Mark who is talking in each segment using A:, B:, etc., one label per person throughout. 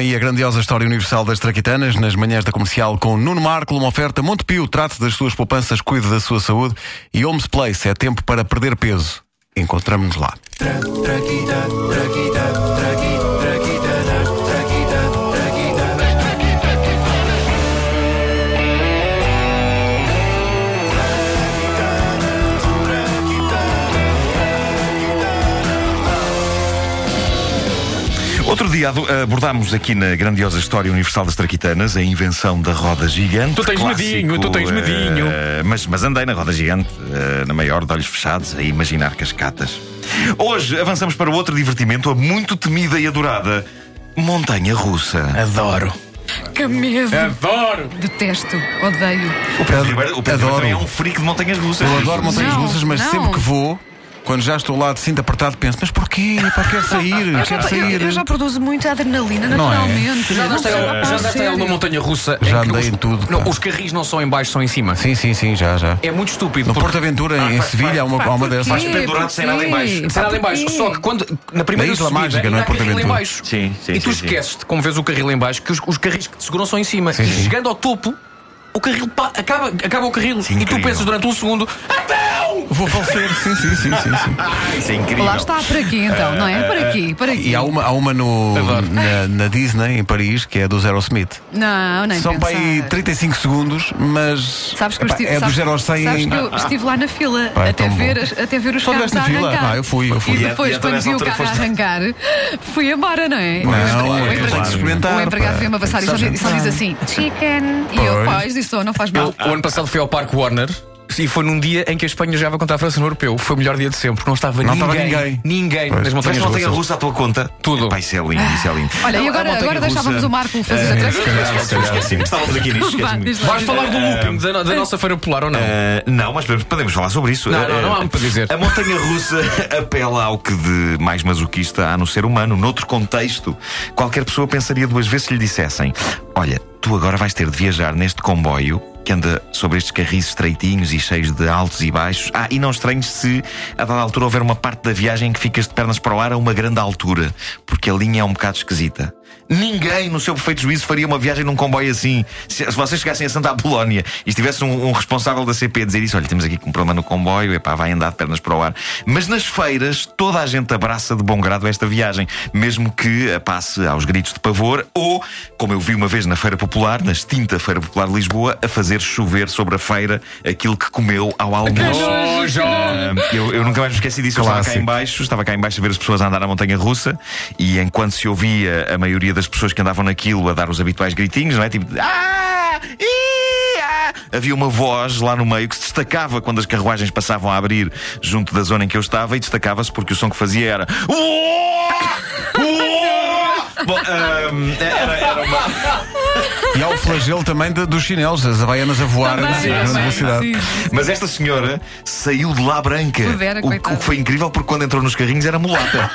A: E a grandiosa história universal das traquitanas, nas manhãs da comercial com Nuno Marco, uma oferta Montepio, trate das suas poupanças, cuide da sua saúde e Homes Place, é tempo para perder peso. Encontramos-nos lá.
B: Outro dia ado- abordámos aqui na grandiosa história universal das traquitanas a invenção da roda gigante.
C: Tu tens medinho, tu tens
B: eh,
C: medinho.
B: mas, mas andei na roda gigante, eh, na maior, de olhos fechados, a imaginar cascatas. Hoje avançamos para outro divertimento, a muito temida e adorada montanha russa.
A: Adoro.
D: Que medo!
A: É.
C: Adoro!
D: Detesto, odeio.
B: O Pedro Ribeiro,
A: adoro.
B: o Pedro Ribeiro também é um freak de montanhas russas.
A: Eu adoro montanhas
D: Não,
A: russas, mas
D: não.
A: sempre que vou, quando já estou lá de cinto apertado, penso, mas porquê? Para quero sair,
D: Eu já,
A: quero
D: eu-
A: sair.
D: eu já produzo muita adrenalina,
A: Não é?
D: naturalmente.
C: Já andaste
D: Não,
C: a-
D: pá,
C: já andaste a
D: sério.
C: uma montanha russa
A: Já
C: que
A: andei
C: os-
A: em tudo,
C: não,
A: pá.
C: os carris não são em baixo, são em cima.
A: Sim, sim, sim, já, já.
C: É muito estúpido.
A: No
C: porque-
A: Porto Aventura, em
B: faz-
A: Sevilha, há uma, há uma
D: porquê?
A: dessas.
B: Faz pendurado sem nada em baixo.
D: Porquê?
C: Está lá em baixo.
D: Porquê?
C: Só que quando. Na primeira
A: Na Isla
C: subida,
A: Mágica, não é
C: ainda há
A: Porto
C: carril em
A: Aventura.
C: baixo.
B: Sim, sim,
C: E tu
B: sim, sim.
C: esqueces-te, como vês o carril em baixo, que os, os carris que te seguram são em cima. e
A: sim.
C: chegando ao topo, o carril pa- acaba, acaba o carril.
B: Sim,
C: e tu
B: incrível.
C: pensas durante um segundo. Então!
A: Vou falecer, sim, sim, sim, sim. sim.
B: Isso é incrível.
D: Lá está, para aqui então, não é? Para aqui, para aqui.
A: E há um- uma, há uma no,
C: Adoro.
A: na, na Disney, em Paris, que é do Zero Smith.
D: Não, nem
A: São
D: pensar.
A: para aí 35 segundos, mas
D: Sabes que eu
A: epá,
D: estive,
A: é do
D: sabes,
A: 0 aos 100
D: sabes
A: em-
D: que eu estive lá na fila
A: Pá, é
D: até,
A: tão bom.
D: ver, as- até ver os
A: Só
D: carros
A: estiveste
D: a
A: na fila?
D: arrancar.
A: Ah, eu fui, eu fui.
B: E
D: E
B: a-
D: depois,
B: e a
D: quando
B: essa
D: vi o
B: altura
D: carro a
B: foste-
D: arrancar, fui embora, não é?
A: Não,
D: E o
A: é,
D: empre- o
A: tem que
D: empregado-
A: experimentar,
D: o empregado
A: pá.
D: veio-me abraçar e só,
A: Sabes
D: diz- só diz
A: então.
D: assim: chicken. E eu,
A: Pois.
D: pois, disse, oh, não faz mal.
C: Eu,
B: ah.
C: o ano passado fui ao Parque Warner e foi num dia em que a Espanha jogava contra a França no Europeu. Foi o melhor dia de sempre, porque não estava
A: Não estava
C: ninguém.
A: ninguém.
C: ninguém
A: Pois.
C: nas montanhas
B: Mas não tem a
C: russas.
B: russa à tua conta?
C: Tudo.
B: Pai, isso é lindo, isso é lindo.
D: Olha, e
B: A- a
D: agora,
B: montanha
D: agora deixávamos
B: russa- É,
D: o Marco fazer a
A: É, se calhar, se
D: transição.
A: calhar, sim.
B: Esqueci-me, estávamos aqui nisto.
D: Vá,
B: esqueci-me.
D: diz lá.
C: Vais falar do looping
B: é,
C: da, da nossa feira polar ou não?
B: Ah, não, mas podemos- podemos falar sobre isso.
C: Não, não,
B: Ah,
C: não há muito para dizer.
B: A montanha russa apela ao que de mais masoquista há no ser humano. Noutro contexto, qualquer pessoa pensaria duas vezes se lhe dissessem: Olha, tu agora vais ter de viajar neste comboio. Que anda sobre estes carris estreitinhos e cheios de altos e baixos. Ah, e não estranhes se a dada altura houver uma parte da viagem que ficas de pernas para o ar a uma grande altura, porque a linha é um bocado esquisita. Ninguém, no seu perfeito juízo, faria uma viagem num comboio assim. Se, se vocês chegassem a Santa Apolónia e estivesse um, um responsável da CP a dizer isso, olha, temos aqui um problema no comboio, epá, vai andar de pernas para o ar. Mas nas feiras, toda a gente abraça de bom grado esta viagem, mesmo que a passe aos gritos de pavor ou, como eu vi uma vez na Feira Popular, na extinta Feira Popular de Lisboa, a fazer chover sobre a feira aquilo que comeu ao almoço.
C: Nojo!
B: Ah, eu, eu nunca mais me esqueci disso. Eu estava cá
A: Clássico.
B: em baixo, estava cá em baixo a ver as pessoas a andar na montanha russa e enquanto se ouvia a maioria das pessoas que andavam naquilo a dar os habituais gritinhos, não é? Tipo, ah! Ih! Ah!" Havia uma voz lá no meio que se destacava quando as carruagens passavam a abrir junto da zona em que eu estava e destacava-se porque o som que fazia era. "Uó! Uó!" Bom, ah, era, era uma,
A: E há o flagelo também de- dos chinelos, as havaianas a voar assim,
D: assim.
A: a
D: Também,
A: grande
D: também,
A: é? velocidade.
D: sim.
B: Mas esta senhora saiu de lá branca.
D: Pudera,
B: o,
D: coitada.
B: o que foi incrível porque quando entrou nos carrinhos era mulata.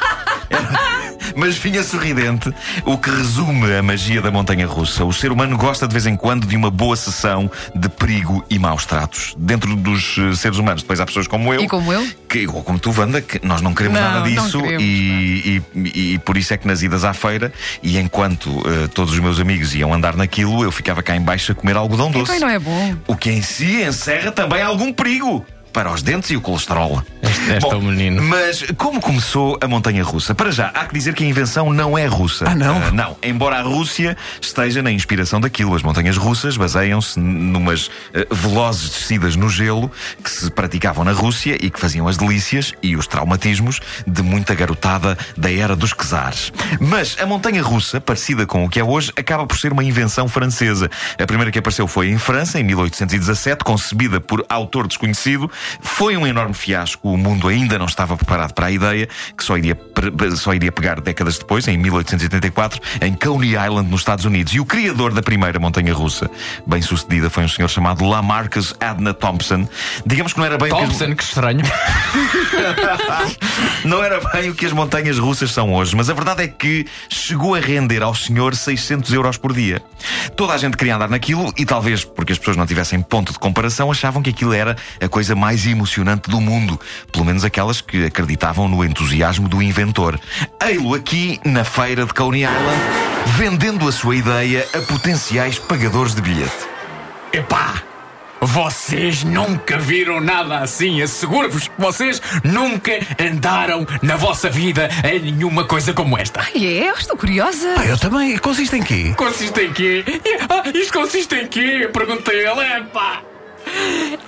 B: Era- Mas vinha sorridente, o que resume a magia da montanha russa. O ser humano gosta de vez em quando de uma boa sessão de perigo e maus tratos dentro dos eh, seres humanos. Depois há pessoas como eu.
D: E como eu?
B: Que, ou como tu, Wanda, que nós não queremos
D: Não,
B: nada
D: não
B: disso
D: queremos,
B: e, e- e por isso é que nas idas à feira, e enquanto eh, todos os meus amigos iam andar naquilo, eu ficava cá em baixo a comer algodão doce.
D: Então e não é bom.
B: O que em si encerra também algum perigo para os dentes e o colesterol.
C: este é o menino.
B: Mas como começou a montanha russa? Para já, há que dizer que a invenção não é russa.
A: Ah, não?
B: Ah, não, embora a Rússia esteja na inspiração daquilo. As montanhas russas baseiam-se n- numas eh, velozes descidas no gelo que se praticavam na Rússia e que faziam as delícias e os traumatismos de muita garotada da era dos czares. Mas a montanha russa, parecida com o que é hoje, acaba por ser uma invenção francesa. A primeira que apareceu foi em França, em 1817, concebida por autor desconhecido. Foi um enorme fiasco. O mundo ainda não estava preparado para a ideia, que só iria, pre- só iria pegar décadas depois, em 1884, em Coney Island, nos Estados Unidos. E o criador da primeira montanha russa, bem sucedida, foi um senhor chamado Lamarcus Adna Thompson. Digamos que não era bem o que as-
C: Thompson, É que estranho.
B: não era bem o que as montanhas russas são hoje, mas a verdade é que chegou a render ao senhor 600 euros por dia. Toda a gente queria andar naquilo e talvez porque as pessoas não tivessem ponto de comparação achavam que aquilo era a coisa mais emocionante do mundo. Pelo menos menos aquelas que acreditavam no entusiasmo do inventor. Ei-lo aqui na feira de Coney Island, vendendo a sua ideia a potenciais pagadores de bilhete.
E: Epá! Vocês nunca viram nada assim, asseguro-vos que vocês nunca andaram na vossa vida em nenhuma coisa como esta.
D: E é, eu estou curiosa.
A: Ah, eu também. Consiste em quê?
E: Consiste em quê? Ah, isto consiste em quê? Perguntei a ele, epá!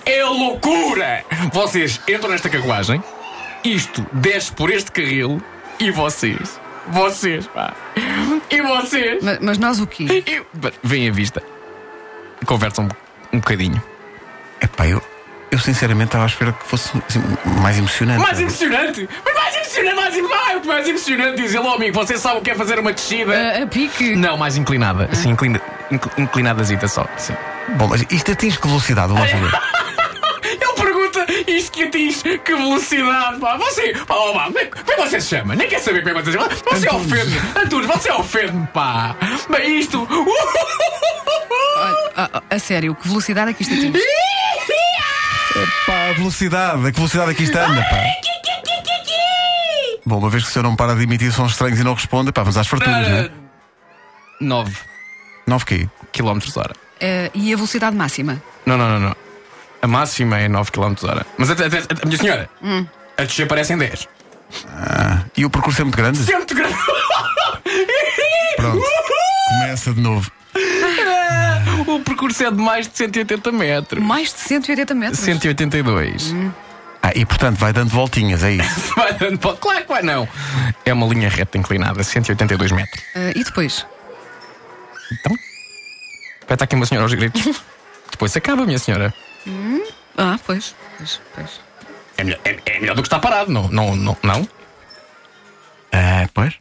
E: É loucura! Vocês entram nesta carruagem, isto desce por este carril e vocês, vocês, pá! E vocês?
D: Ma- Mas, nós o quê?
E: E, vem à vista. Conversam um bocadinho.
A: Epá, eu, eu sinceramente estava à espera que fosse assim, mais emocionante.
E: Mais emocionante! Mas mais emocionante, mais, mais, mais emocionante! Diz ele, oh, amigo, você sabe o que é fazer uma descida?
D: A, a pique?
C: Não, mais inclinada. Assim, inclina, inc- inclinadazita só. Sim.
A: Bom, mas isto atinge que velocidade, vamos lá saber.
E: Ele pergunta isto que atinge, que velocidade, pá! Você, pá, oh, pá, como é que como é que você se chama? Nem quer saber como é que você se chama. Você ofende-me, Antunes, você ofende-me, pá! Bem, isto. uh,
D: Olha, a, a- a sério, que velocidade é que isto atinge?
A: Pá, a velocidade, a que velocidade aqui está anda, pá. Bom, uma vez que o senhor não para de emitir sons estranhos e não responde, pá, vamos às farturas, não é?
C: 9
A: Nove quê?
C: km hora.
D: Eh, e a velocidade máxima?
C: Não, não, não, não. A máxima é 9 km hora. Mas até, até, até- minha senhora, a descer parecem 10.
A: E o percurso é muito grande?
E: Sempre grande.
A: Pronto. Começa de novo.
C: O percurso é de mais de 180 metros.
D: Mais de 180 metros.
C: 182.
A: Ah, e portanto vai dando voltinhas, é isso.
C: Vai dando volta. Claro que vai não. É uma linha reta inclinada, 182 metros.
D: Eh, e depois?
C: Então? Vai estar aqui uma senhora aos gritos. Depois acaba, minha senhora.
D: Ah, pois. Pois, pois.
C: É melhor, é- é melhor do que estar parado, não? Não, não, não?
A: Ah, pois.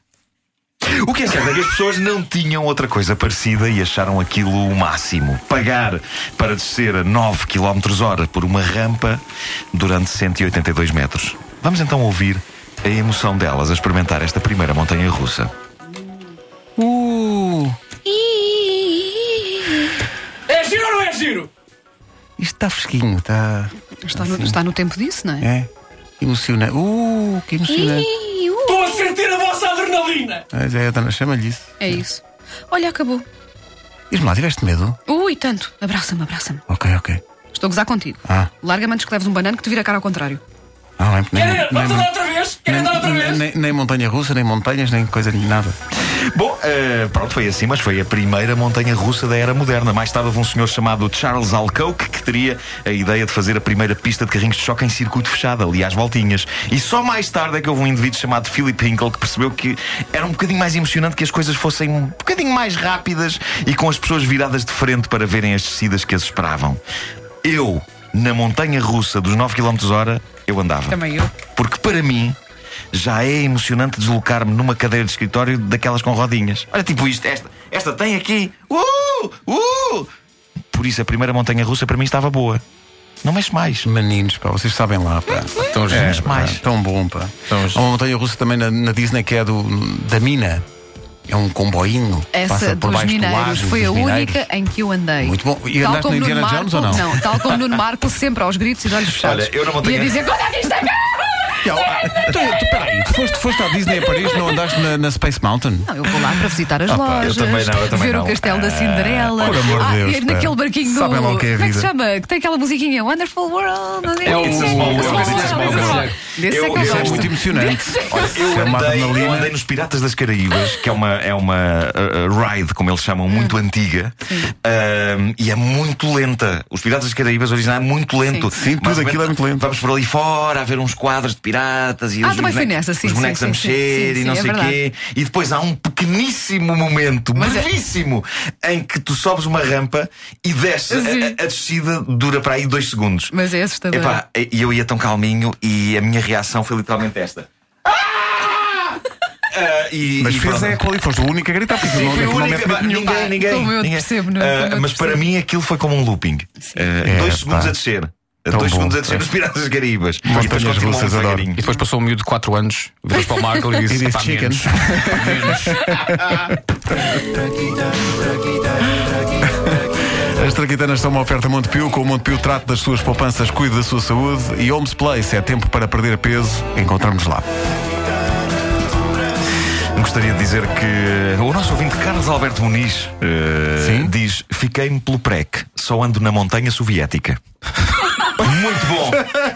B: O que é certo é que as pessoas não tinham outra coisa parecida e acharam aquilo o máximo. Pagar para descer a 9 km hora por uma rampa durante 182 metros. Vamos então ouvir a emoção delas a experimentar esta primeira montanha russa.
A: Uh,
E: É giro ou não é giro?
A: isto está fresquinho, está.
D: Está no, está no tempo disso, não é?
A: É. Emocionante. Uh, que emocionante.
E: Estou a sentir a vossa adrenalina!
A: Mas é, dona, chama-lhe isso.
D: É isso. Olha, acabou.
A: Diz-me lá, tiveste medo?
D: Ui, tanto. Abraça-me, abraça-me.
A: Ok, ok.
D: Estou a gozar contigo.
A: Ah.
D: Larga-me antes que leves um banano que te vira a cara ao contrário.
A: Ah, nem, nem,
E: Querem-
A: nem,
E: Vamos andar outra vez? Querem andar outra
A: nem,
E: vez?
A: nem- nem montanha russa, nem montanhas, nem coisa nem nada.
B: Bom, eh, pronto, foi assim, mas foi a primeira montanha russa da era moderna. Mais tarde houve um senhor chamado Charles Alcock que teria a ideia de fazer a primeira pista de carrinhos de choque em circuito fechado, ali às voltinhas. E só mais tarde é que houve um indivíduo chamado Philip Hinkle que percebeu que era um bocadinho mais emocionante que as coisas fossem um bocadinho mais rápidas e com as pessoas viradas de frente para verem as descidas que as esperavam. Eu, na montanha russa dos 9 km hora, eu andava.
D: Também eu.
B: Porque para mim já é emocionante deslocar-me numa cadeira de escritório daquelas com rodinhas. Olha, tipo isto, esta, esta tem aqui. Uh! Uh! Por isso a primeira montanha russa para mim estava boa. Não mexe mais.
A: Meninos, pá, vocês sabem lá, pá.
C: Então,
B: Não
C: gente,
B: mexe mais.
A: Tão bom, pá.
C: Tão
A: Há uma montanha russa também na, na Disney que é do, da mina. É um comboinho. que
D: Essa
A: passa por
D: dos
A: baixo do
D: mineiros
A: lago,
D: foi
A: dos
D: a
A: mineiros.
D: única em que eu andei.
A: Muito bom. E
D: tal
A: andaste
D: como
A: no Indiana
D: Nuno
A: Jones
D: Marco,
A: ou não?
D: tal como Nuno Marco, sempre aos gritos e de olhos fechados.
B: Olha, eu na montanha-
D: E a dizer, quando é que isto acaba?
A: Então, tu, peraí, tu foste, foste à Disney a Paris, não andaste na, na Space Mountain?
D: Não, eu vou lá para visitar as
B: Ah, pá, eu
D: lojas,
B: também não, eu também
D: ver
B: não.
D: o castelo da Cinderela.
A: Ah, por amor de
D: Ah,
A: Deus,
D: e
A: pá.
D: naquele barquinho do.
A: Sabem lá o que é a
D: Como é que se
A: vida.
D: chama? Que tem aquela musiquinha Wonderful World. não sei
C: É o-
D: quê.
C: It's a small
B: world,
D: Small
B: it's a small
D: world.
B: world.
D: Desse é
B: Eu-
D: que eu
B: isso é
A: É
D: gosto.
A: muito emocionante.
B: Eu
A: é uma
B: andei, eu
A: adrenalina.
B: andei nos Piratas das Caraíbas, que é uma, é uma uh, uh, ride, como eles chamam, muito
D: Ah.
B: antiga. Um, e é muito lenta. Os Piratas das Caraíbas original é muito lento.
A: Sim, tudo
B: Mais ou menos,
A: aquilo é muito lento.
B: Vamos por ali fora a ver uns quadros de piratas e
D: Ah,
B: os,
D: também fui
B: bonecos-
D: nessa, sim,
B: os
D: sim,
B: bonecos a
D: sim,
B: mexer
D: sim, sim,
B: e
D: sim,
B: não
D: é
B: sei o quê.
D: verdade.
B: E depois há um pequeníssimo momento,
D: Mas é-
B: brevíssimo, em que tu sobes uma rampa e desces.
D: Sim.
B: A, a- a descida dura para aí dois segundos.
D: Mas é assustador.
B: Epá, e eu ia tão calminho e a minha reação foi literalmente esta. Ah! Ah, e,
A: Mas
B: e
A: fez
B: pronto.
A: é qual e foste o único a gritar, porque não,
B: Foi
A: não, não
B: o
A: mete
B: único,
A: medo
B: pá,
A: nenhum.
B: é ninguém, ninguém.
D: Como eu te
B: ninguém.
D: percebo, não é?
B: Ah,
D: Como eu te
B: mas para
D: percebo.
B: mim aquilo foi como um looping. Ah, dois
A: É,
B: segundos
A: pá.
B: a descer.
A: Tão
B: dois
A: bom,
B: segundos a descer
A: pá.
B: nos Piratas das Caraíbas. e
A: Montanhas
B: depois continuou
A: russas, adoro.
B: devagarinho.
C: E depois passou um miúdo de 4 anos, virou para o Marco e
A: E
C: disse:
A: disse
C: "Epá,
A: chicken.
C: menos, menos."
A: As Traquitanas são uma oferta Montepio. Com o Montepio, trate das suas poupanças, cuide da sua saúde. E Homes Place é tempo para perder peso. Encontramos lá.
B: Gostaria de dizer que eh, o nosso ouvinte Carlos Alberto Muniz eh,
A: Sim.
B: diz: Fiquei-me pelo PREC, só ando na montanha soviética. Muito bom!